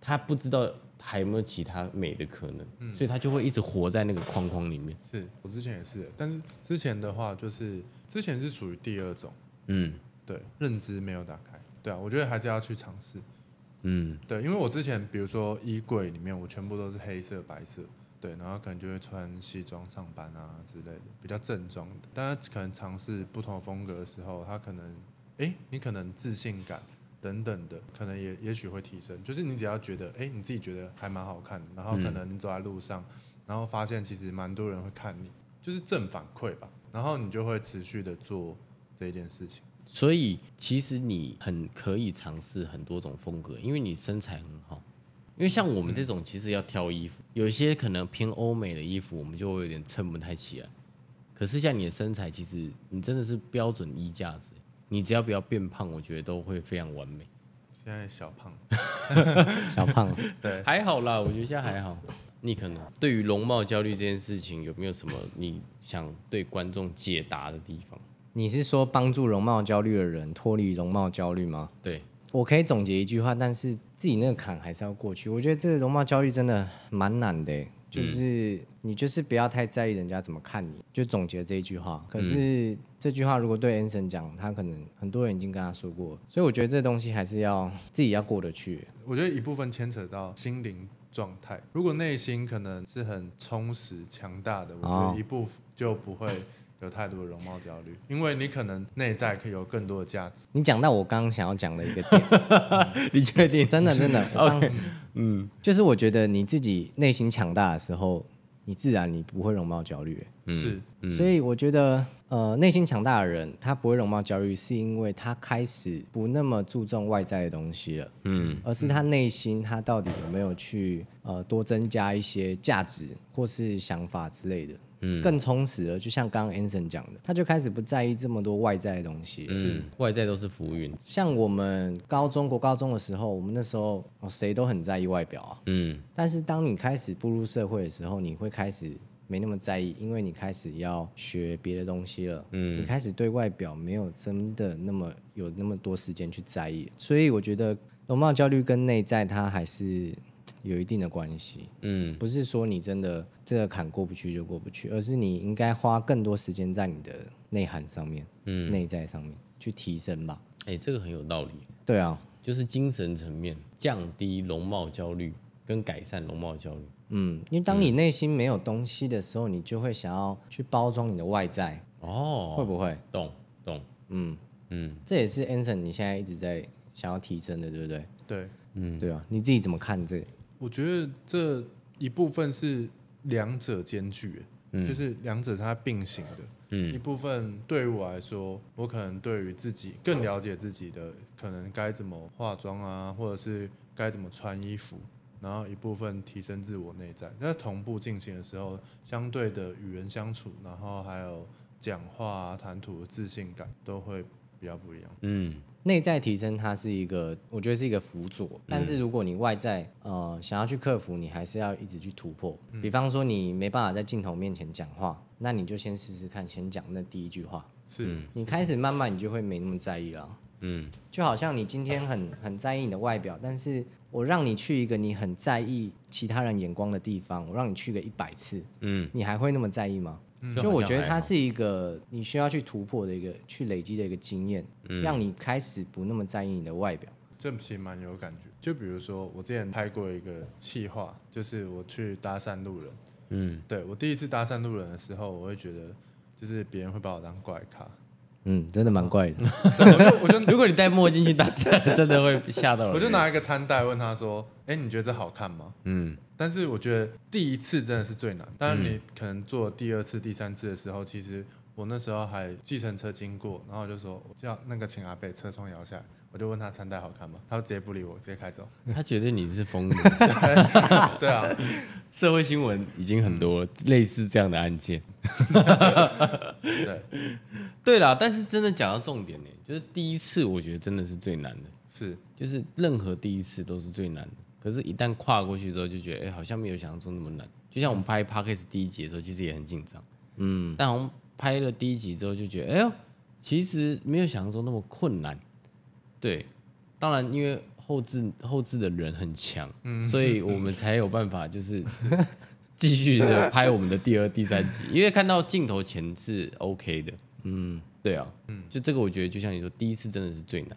B: 他不知道还有没有其他美的可能，所以他就会一直活在那个框框里面。
A: 是我之前也是，但是之前的话就是之前是属于第二种，
B: 嗯
A: 对，认知没有打开，对啊，我觉得还是要去尝试，
B: 嗯，
A: 对，因为我之前比如说衣柜里面我全部都是黑色、白色，对，然后可能就会穿西装上班啊之类的，比较正装的。但他可能尝试不同的风格的时候，他可能，哎，你可能自信感等等的，可能也也许会提升。就是你只要觉得，哎，你自己觉得还蛮好看的，然后可能你走在路上，然后发现其实蛮多人会看你，就是正反馈吧，然后你就会持续的做这件事情。
B: 所以其实你很可以尝试很多种风格，因为你身材很好。因为像我们这种，其实要挑衣服，有一些可能偏欧美的衣服，我们就会有点撑不太起来。可是像你的身材，其实你真的是标准衣架子，你只要不要变胖，我觉得都会非常完美。
A: 现在小胖，
C: 小胖，
A: 对，
B: 还好啦，我觉得现在还好。你可能对于容貌焦虑这件事情，有没有什么你想对观众解答的地方？
C: 你是说帮助容貌焦虑的人脱离容貌焦虑吗？
B: 对，
C: 我可以总结一句话，但是自己那个坎还是要过去。我觉得这个容貌焦虑真的蛮难的欸，就是、
B: 嗯
C: 你就是不要太在意人家怎么看你，就总结这一句话。可
B: 嗯
C: 是这句话如果对 Anson 讲，他可能很多人已经跟他说过了，所以我觉得这东西还是要自己要过得去。
A: 我觉得一部分牵扯到心灵状态。如果内心可能是很充实、强大的，我觉
C: 哦
A: 得一部分就不会有太多的容貌焦虑，因为你可能内在可以有更多的价值。
C: 你讲到我刚刚想要讲的一个点，
B: 你确定？
C: 真的真的，我刚
B: 嗯，
C: 就是我觉得你自己内心强大的时候，你自然你不会容貌焦虑欸。
A: 是
B: 嗯
C: 所以我觉得，呃，内心强大的人，他不会容貌焦虑，是因为他开始不那么注重外在的东西了，
B: 嗯，
C: 而是他内心他到底有没有去呃多增加一些价值或是想法之类的，嗯，更充实了。就像刚刚 Anson 讲的，他就开始不在意这么多外在的东西了。
B: 嗯，外在都是浮云，
C: 像我们高中国高中的时候，我们那时候哦谁都很在意外表啊，
B: 嗯
C: 但是当你开始步入社会的时候，你会开始没那么在意，因为你开始要学别的东西了。嗯，你开始对外表没有真的那么有那么多时间去在意，所以我觉得容貌焦虑跟内在它还是有一定的关系。
B: 嗯
C: 不是说你真的这个坎过不去就过不去，而是你应该花更多时间在你的内涵上面、
B: 嗯，
C: 内在上面去提升吧。
B: 哎、这个很有道理，
C: 对啊，
B: 就是精神层面降低容貌焦虑跟改善容貌焦虑，
C: 嗯，因为当你内心没有东西的时候，你就会想要去包装你的外在，会
B: 哦，
C: 不会？
B: 懂懂，
C: 嗯，
B: 嗯
C: 这也是 Anson 你现在一直在想要提升的，对不对？
A: 对。
B: 嗯
C: 对啊，你自己怎么看这个？
A: 我觉得这一部分是两者兼具，欸
B: 嗯
A: 就是两者它并行的。一
B: 嗯
A: 部分对于我来说，我可能对于自己更了解自己的，可能该怎么化妆啊，或者是该怎么穿衣服。然后一部分提升自我内在，那同步进行的时候，相对的与人相处，然后还有讲话啊、谈吐的自信感都会比较不一样。
B: 嗯
C: 内在提升它是一个，我觉得是一个辅佐，但是如果你外在呃想要去克服，你还是要一直去突破。
B: 嗯
C: 比方说你没办法在镜头面前讲话，那你就先试试看，先讲那第一句话，
A: 是，
C: 你开始慢慢你就会没那么在意了。
B: 嗯
C: 就好像你今天很很在意你的外表，但是我让你去一个你很在意其他人眼光的地方，我让你去个一百次，
B: 嗯，
C: 你还会那么在意吗？
B: 就好
C: 就我
B: 像
C: 觉得
B: 还
C: 它
B: 好
C: 是一个你需要去突破的一个去累积的一个经验，让你开始不那么在意你的外表。
A: 这其实蛮有感觉。就比如说，我之前拍过一个企划，就是我去搭讪路人。
B: 嗯
A: 对我第一次搭讪路人的时候，我会觉得就是别人会把我当怪咖，
B: 哦
C: 嗯，真的蛮怪的。
A: 我就
B: 如果你戴墨镜去打架， 真的会吓到人。
A: 我就拿一个餐袋问他说：“哎、你觉得这好看吗
B: 嗯？”
A: 但是我觉得第一次真的是最难。当然，你可能做第二次、第三次的时候，其实我那时候还计程车经过，然后我就说我叫那个请阿贝车窗摇下来，我就问他餐袋好看吗？他就直接不理我，直接开走。
B: 他觉得你是疯子。
A: 对啊，
B: 社会新闻已经很多了类似这样的案件。
A: 对，
B: 对啦，但是真的讲到重点呢，就是第一次，我觉得真的是最难的，
A: 是
B: 就是任何第一次都是最难的。可是，一旦跨过去之后，就觉得哎、好像没有想象中那么难。就像我们拍 podcast 第一集的时候，其实也很紧张，嗯，但好像拍了第一集之后，就觉得哎呦，其实没有想象中那么困难。对，当然因为后置后置的人很强，所以我们才有办法就是 继续的拍我们的第二、第三集，因为看到镜头前是 OK 的。嗯，对啊，嗯，就这个我觉得就像你说，第一次真的是最难，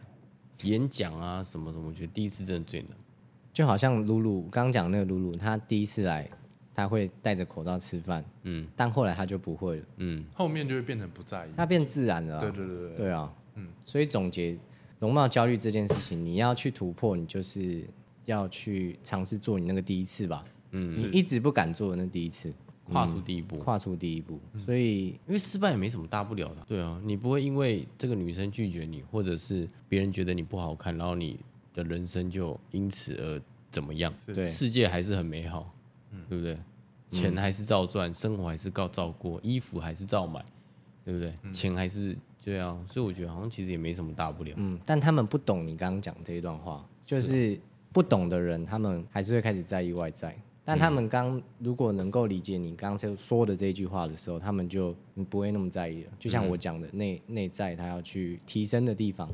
B: 演讲啊什么什么，我觉得第一次真的最难。
C: 就好像露露刚刚讲那个露露，她第一次来，她会戴着口罩吃饭，
B: 嗯
C: 但后来她就不会了，
B: 嗯，
A: 后面就会变成不在意。
C: 她变自然了啊、
A: 对对对对，
C: 对啊，嗯，所以总结容貌焦虑这件事情，你要去突破，你就是要去尝试做你那个第一次吧，嗯，你一直不敢做的那第一次，
B: 嗯跨出第一步，
C: 跨出第一步，所以
B: 因为失败也没什么大不了的。对啊，你不会因为这个女生拒绝你，或者是别人觉得你不好看，然后你的人生就因此而怎么样？
C: 对
B: 世界还是很嗯美好，对不对？钱还是照赚，生活还是照照过，衣服还是照买，对不对？钱还是对啊，所以我觉得好像其实也没什么大不了。
C: 嗯，但他们不懂你刚刚讲这一段话，就是嗯不懂的人，他们还是会开始在意外在。但他们刚如果能够理解你刚才说的这一句话的时候，他们就你不会那么在意了。就像我讲的，内内在他要去提升的地方，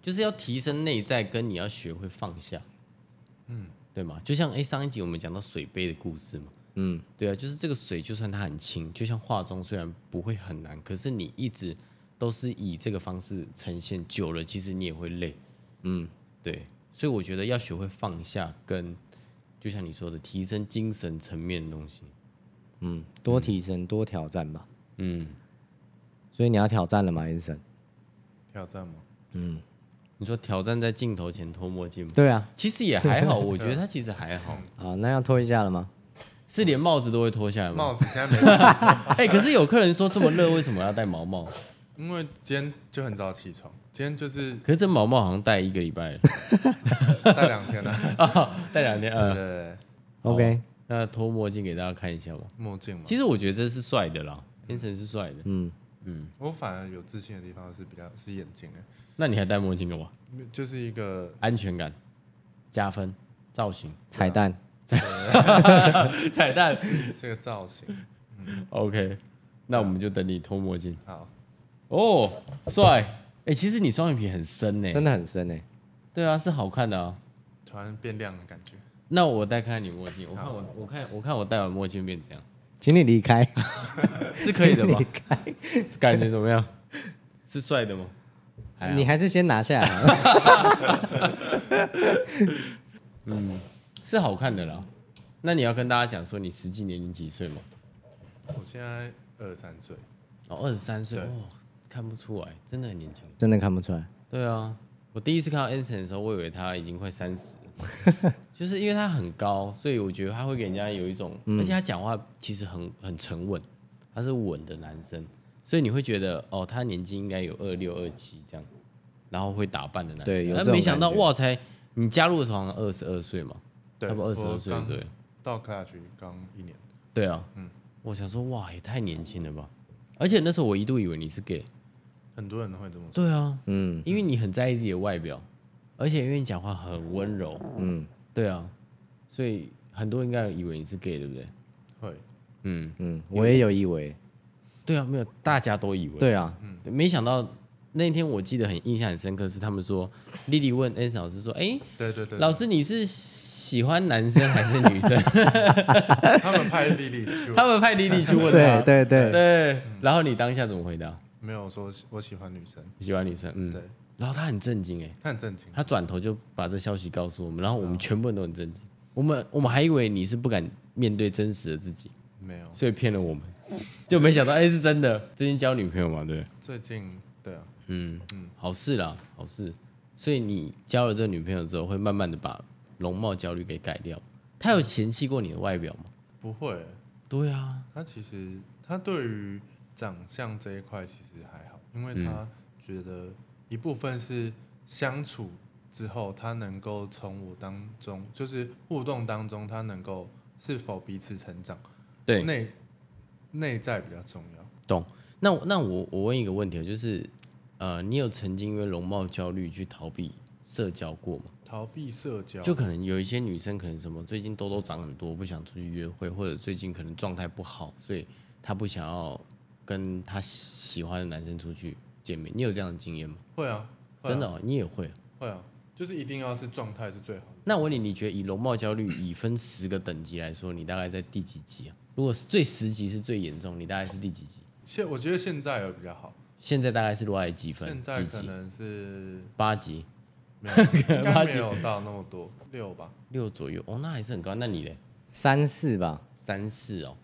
B: 就是要提升内在，跟你要学会放下，嗯，对吗？就像哎、诶上一集我们讲到水杯的故事嘛，
C: 嗯，
B: 对啊，就是这个水，就算它很轻，就像化妆虽然不会很难，可是你一直都是以这个方式呈现，久了其实你也会累，嗯，对，所以我觉得要学会放下跟，就像你说的，提升精神层面的东西，
C: 嗯，多提升，多挑战吧。
B: 嗯，
C: 所以你要挑战了吗，Anson？
A: 挑战吗？
B: 你说挑战在镜头前脱墨镜吗？
C: 对啊，
B: 其实也还好，我觉得它其实还好，
C: 啊，那要拖一下了吗？
B: 是连帽子都会脱下来吗？
A: 帽子现在没 戴，
B: 哎、可是有客人说这么热，为什么要戴毛帽？
A: 因为今天就很早起床，今天就是
B: 可是这毛帽好像戴一个礼拜了，
A: 戴两天了、
B: 戴两天。
A: 对对
B: 呃，
A: 对，
C: OK，
B: 那脱墨镜给大家看一下吧。
A: 墨镜嘛。
B: 其实我觉得这是帅的啦，天成是帅的。
C: 嗯，
B: 嗯，
A: 我反而有自信的地方是比较是眼睛哎，
B: 那你还戴墨镜干嘛？
A: 就是一个
B: 安全感加分，造型
C: 彩蛋，
B: 彩蛋。
A: 这个造型。
B: OK，那我们就等你脱墨镜。
A: 好，
B: 哦，帅！哎、其实你双眼皮很深呢、
C: 真的很深欸诶。
B: 对啊，是好看的啊。
A: 突然变亮的感觉。
B: 那我戴看看你墨镜，我看我我看我看我戴完墨镜变怎样，
C: 请你离开，
B: 是可以的 吧
C: 离？开，
B: 感觉怎么样？是帅的吗？还好
C: 你还是先拿下来。
B: 是好看的啦。那你要跟大家讲说你实际年龄几岁吗？
A: 我现在二十三岁，
B: 哦，二十三岁，
A: 对
B: 哦，看不出来，真的很年轻。
C: 真的看不出来，
B: 对啊，我第一次看到 Anson 的时候，我以为他已经快三十， 就是因为他很高，所以我觉得他会给人家有一种，
C: 嗯
B: 而且他讲话其实很很沉稳，他是稳的男生，所以你会觉得哦，他年纪应该有二六二七这样，然后会打扮的男生。
C: 对有这
B: 但
C: 种
B: 没想到
C: 感觉
B: 哇，才你加入的时候好像二十二岁嘛，
A: 对
B: 差不多二十二岁
A: 我刚
B: 左右。
A: 到 Clutch 刚一年，
B: 对啊，
A: 嗯
B: 我想说哇，也太年轻了吧！而且那时候我一度以为你是 gay。
A: 很多人都会这么说。
B: 对啊，
C: 嗯
B: 因为你很在意自己的外表，而且因为你讲话很温柔，
C: 嗯
B: 对啊，所以很多人应该以为你是 gay，对不对？
A: 会，
B: 嗯，
C: 嗯，我也有以为，
B: 对啊，没有，大家都以为。，
C: 对啊，
B: 没想到那天我记得很印象很深刻，是他们说，丽丽问 N 老师说，哎，
A: 对对对，
B: 老师你是喜欢男生还是女生？
A: 他们派丽丽去
B: 他，们派丽丽去问
C: 对
B: 他，
C: 对对，
B: 对，然后你当下怎么回答？
A: 没有说我喜欢女生，
B: 喜欢女生，嗯，
A: 对，
B: 然后他很震惊，哎，
A: 他很正经，
B: 他转头就把这消息告诉我们，然后我们全部人都很震惊。我们我们还以为你是不敢面对真实的自己，
A: 没有。
B: 所以骗了我们，就没想到哎、是真的。最近交女朋友嘛，对，
A: 最近对啊，
B: 嗯嗯，好事啦，好事。所以你交了这个女朋友之后，会慢慢的把容貌焦虑给改掉。他有嫌弃过你的外表吗？
A: 不会，
B: 对啊，
A: 他其实他对于长相这一块其实还好，因为
B: 嗯
A: 他觉得一部分是相处之后，他能够从我当中，就是互动当中，他能够是否彼此成长，
B: 对，
A: 内内在比较重要。
B: 懂。那我那我我问一个问题，就是呃，你有曾经因为容貌焦虑去逃避社交过吗？
A: 逃避社交，
B: 就可能有一些女生可能什么最近痘痘长很多，不想出去约会，或者最近可能状态不好，所以她不想要跟她喜欢的男生出去见面。你有这样的经验吗？
A: 会啊，会啊
B: 真的、哦，你也会。
A: 会啊，就是一定要是状态是最好的。
B: 那我问你，你觉得以容貌焦虑以分十个等级来说，你大概在第几级啊？如果是最十级是最严重，你大概是第几级？
A: 现我觉得现在有比较好，
B: 现在大概是落在几分？
A: 现在
B: 几
A: 可
B: 级？
A: 能是
B: 八级、
A: 没有，应该没有到那么多，六吧。
B: 六左右。哦，那还是很高。那你嘞？
C: 三四吧，
B: 三四哦。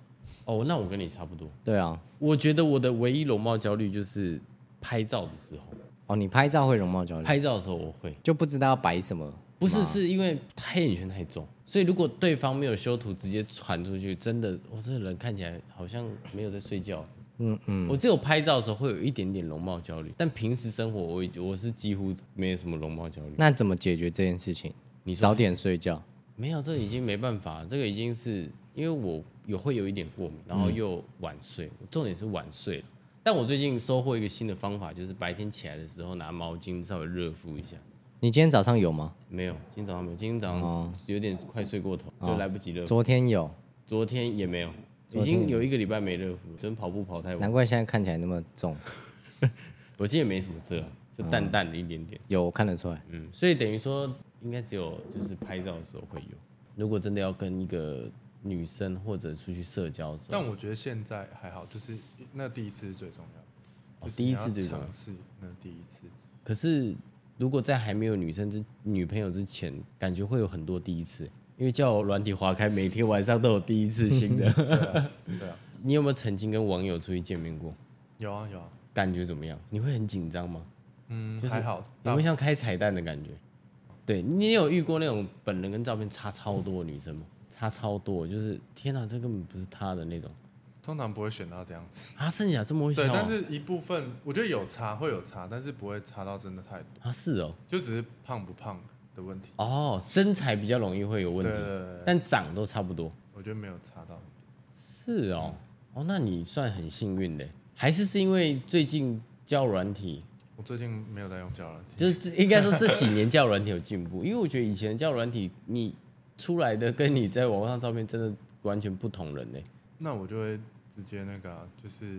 B: 哦，那我跟你差不多。
C: 对啊，
B: 我觉得我的唯一容貌焦虑就是拍照的时候，
C: 哦，你拍照会容貌焦虑，
B: 拍照的时候我会，
C: 就不知道要摆什么，
B: 不是是因为黑眼圈太重，所以如果对方没有修图直接传出去，真的我这个人看起来好像没有在睡觉。
C: 嗯嗯，
B: 我只有拍照的时候会有一点点容貌焦虑，但平时生活我我是几乎没有什么容貌焦虑。
C: 那怎么解决这件事情？
B: 你说
C: 早点睡觉，
B: 没有，这已经没办法，这个已经是因为我有会有一点过敏，然后又晚睡，重点是晚睡了。但我最近收获一个新的方法，就是白天起来的时候拿毛巾稍微热敷一下。
C: 你今天早上有吗？
B: 没有，今天早上没有，今天早
C: 哦
B: 上有点快睡过头，就来不及热敷。
C: 昨天有，
B: 昨天也没有，
C: 昨
B: 已
C: 天
B: 经有一个礼拜没热敷了，昨天跑步跑太晚
C: 难，怪现在看起来那么重，
B: 我今天也没什么遮，就淡淡的一点点。
C: 有我看得出来，
B: 嗯，所以等于说应该只有就是拍照的时候会有。如果真的要跟一个女生或者出去社交的时候，
A: 但我觉得现在还好，就是那第一次是最重要的，
B: 哦
A: 就是
B: 第一次
A: 你
B: 最重要
A: 尝试那第一次，
B: 可是如果在还没有女生之女朋友之前，感觉会有很多第一次，因为叫我软体划开，每天晚上都有第一次新 的。
A: 对啊，
B: 你有没有曾经跟网友出去见面过？
A: 有啊有啊，
B: 感觉怎么样？你会很紧张吗？
A: 嗯，
B: 嗯就是
A: 还好，
B: 你会像开彩蛋的感觉？对你有遇过那种本人跟照片差超多的女生吗？差超多，就是天哪、这根本不是他的那种。
A: 通常不会选到这样子。
B: 啊，是你啊，这么会笑、
A: 对，
B: 啊？
A: 但是一部分我觉得有差，会有差，但是不会差到真的太多，
B: 啊，是哦，
A: 就只是胖不胖的问题。
B: 哦，身材比较容易会有问
A: 对
B: 题，
A: 对对对，
B: 但长都差不多。
A: 我觉得没有差到。
B: 是哦，哦，那你算很幸运的，还是是因为最近教软体，
A: 我最近没有在用交友软体，
B: 就是这应该说这几年教软体有进步，因 为我觉得以前教软体你出来的跟你在网上照片真的完全不同人呢。
A: 那我就会直接那个啊、就是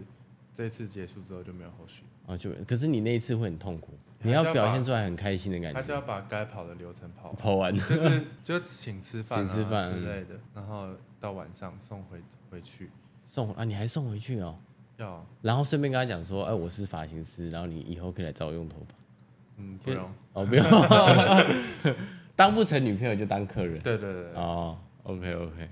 A: 这次结束之后就没有后续，
B: 啊，就可是你那一次会很痛苦，
A: 还是
B: 你要
A: 要
B: 表
A: 把
B: 现出来很开心的感
A: 还是
B: 觉。
A: 要把该跑的流程跑完，
B: 跑完，
A: 就是就请吃饭、啊、
B: 请吃饭
A: 之类的，然后到晚上送回回去，
B: 送啊，你还送回去哦，
A: 要
B: 然后顺便跟他讲说，哎，我是发型师，然后你以后可以来找我用头发。
A: 嗯不用，
B: 哦， 不用，当不成女朋友就当客人。
A: 对对对对，
B: 哦，OK OK，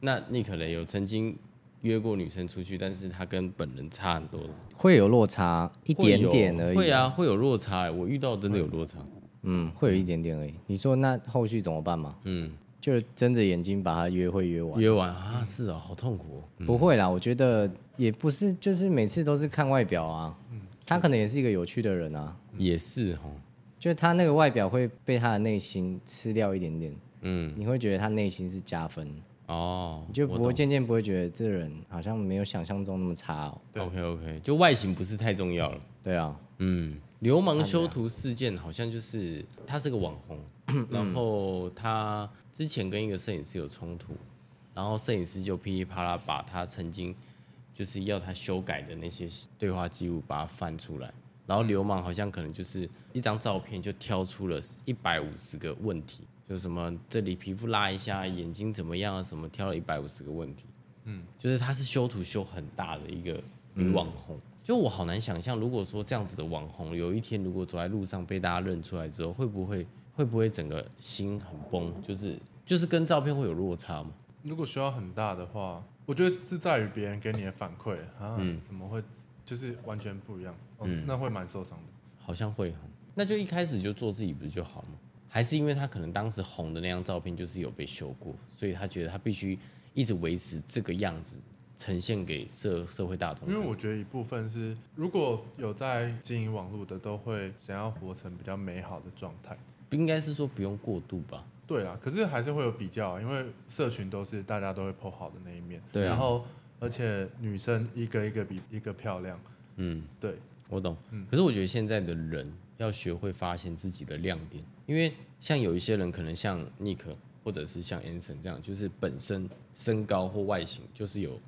B: 那你可能有曾经约过女生出去，但是她跟本人差很多，
C: 会有落差一点点而已。
B: 会啊，会有落差欸，我遇到真的有落差。
C: 嗯，会有一点点而已。你说那后续怎么办嘛？
B: 嗯，
C: 就睁着眼睛把他约会约完？
B: 约完啊，是啊，好痛苦、哦。
C: 不会啦，我觉得也不是，就是每次都是看外表啊。他可能也是一个有趣的人啊，
B: 也是哦，
C: 就是他那个外表会被他的内心吃掉一点点，
B: 嗯，
C: 你会觉得他内心是加分，
B: 哦，
C: 你就
B: 我
C: 不会渐渐不会觉得这人好像没有想象中那么差哦。
A: 对
B: OK OK，就外形不是太重要了。
C: 对啊，
B: 嗯，流氓修图事件好像就是他是个网红，嗯然后他之前跟一个摄影师有冲突，然后摄影师就噼里啪啦把他曾经就是要他修改的那些对话记录把它翻出来，然后流氓好像可能就是一张照片就挑出了一百五十个问题，就是什么这里皮肤拉一下，眼睛怎么样啊，什么挑了一百五十个问题，嗯，就是他是修图修很大的一个女网红。就我好难想象，如果说这样子的网红，有一天如果走在路上被大家认出来之后，会不会会不会整个心很崩？就是就是跟照片会有落差吗？
A: 如果需要很大的话，我觉得是在于别人给你的反馈啊，
B: 嗯
A: 怎么会就是完全不一样，哦、那会蛮受伤的。
B: 好像会哦，那就一开始就做自己不是就好吗？还是因为他可能当时红的那张照片就是有被修过，所以他觉得他必须一直维持这个样子，呈现给社社会大众
A: 因
B: 看。
A: 为我觉得一部分是，如果有在经营网络的，都会想要活成比较美好的状态。
B: 应该是说不用过度吧。
A: 对啊，可是还是会有比较啊，因为社群都是大家都会 po 好的那一面，
C: 对啊
A: 然后而且女生一个一个比一个漂亮，
B: 嗯，
A: 对，
B: 我懂，可是我觉得现在的人要学会发现自己的亮点，因为像有一些人可能像 Nick 或者是像 Anson 这样，就是本身身高或外形就是有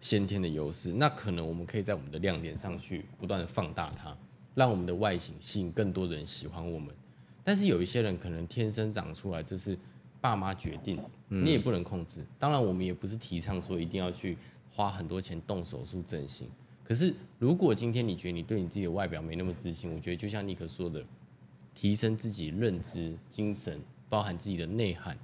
B: 先天的优势，那可能我们可以在我们的亮点上去不断的放大它，让我们的外形吸引更多的人喜欢我们。但是有一些人可能天生长出来，这是爸妈决定，你也不能控制。当然，我们也不是提倡说一定要去花很多钱动手术整形。可是，如果今天你觉得你对你自己的外表没那么自信，我觉得就像尼克说的，提升自己认知、精神，包含自己的内涵，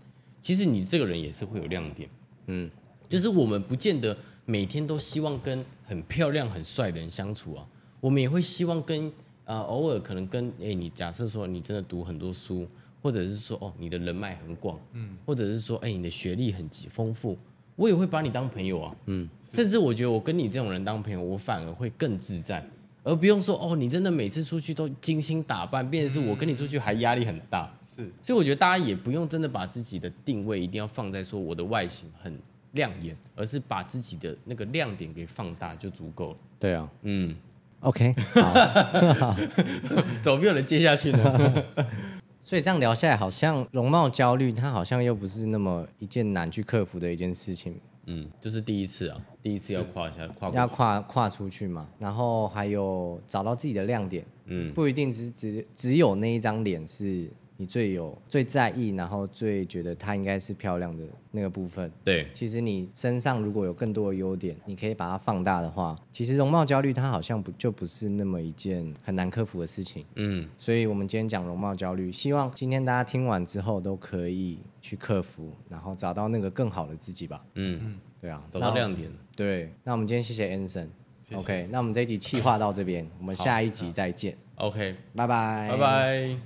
B: 其实你这个人也是会有亮点。
C: 嗯，
B: 就是我们不见得每天都希望跟很漂亮、很帅的人相处啊，我们也会希望跟啊、呃偶尔可能跟哎、你假设说你真的读很多书，或者是说哦你的人脉很广，嗯，或者是说哎、你的学历很丰富，我也会把你当朋友啊，嗯，甚至我觉得我跟你这种人当朋友，我反而会更自在。而不用说哦，你真的每次出去都精心打扮，变成是我跟你出去还压力很大。
A: 是
B: 所以我觉得大家也不用真的把自己的定位一定要放在说我的外形很亮眼，而是把自己的那个亮点给放大就足够了。
C: 对啊。
B: 嗯，
C: OK，好，
B: 怎么没有人接下去呢？
C: 所以这样聊下来，好像容貌焦虑，它好像又不是那么一件难去克服的一件事情。
B: 嗯，就是第一次啊，第一次要跨一下跨
C: 要
B: 过去。
C: 跨跨出去嘛，然后还有找到自己的亮点，
B: 嗯，
C: 不一定只只只有那一张脸是你最有最在意，然后最觉得它应该是漂亮的那个部分。
B: 对，
C: 其实你身上如果有更多的优点，你可以把它放大的话，其实容貌焦虑它好像不就不是那么一件很难克服的事情。
B: 嗯，
C: 所以我们今天讲容貌焦虑，希望今天大家听完之后都可以去克服，然后找到那个更好的自己吧。
B: 嗯，
C: 对啊，
B: 找到
C: 那
B: 亮点。
C: 对，那我们今天谢谢 Anson。
A: 谢谢
C: OK，那我们这一集企划到这边，我们下一集再见，
B: OK，
C: 拜拜，
B: 拜。拜。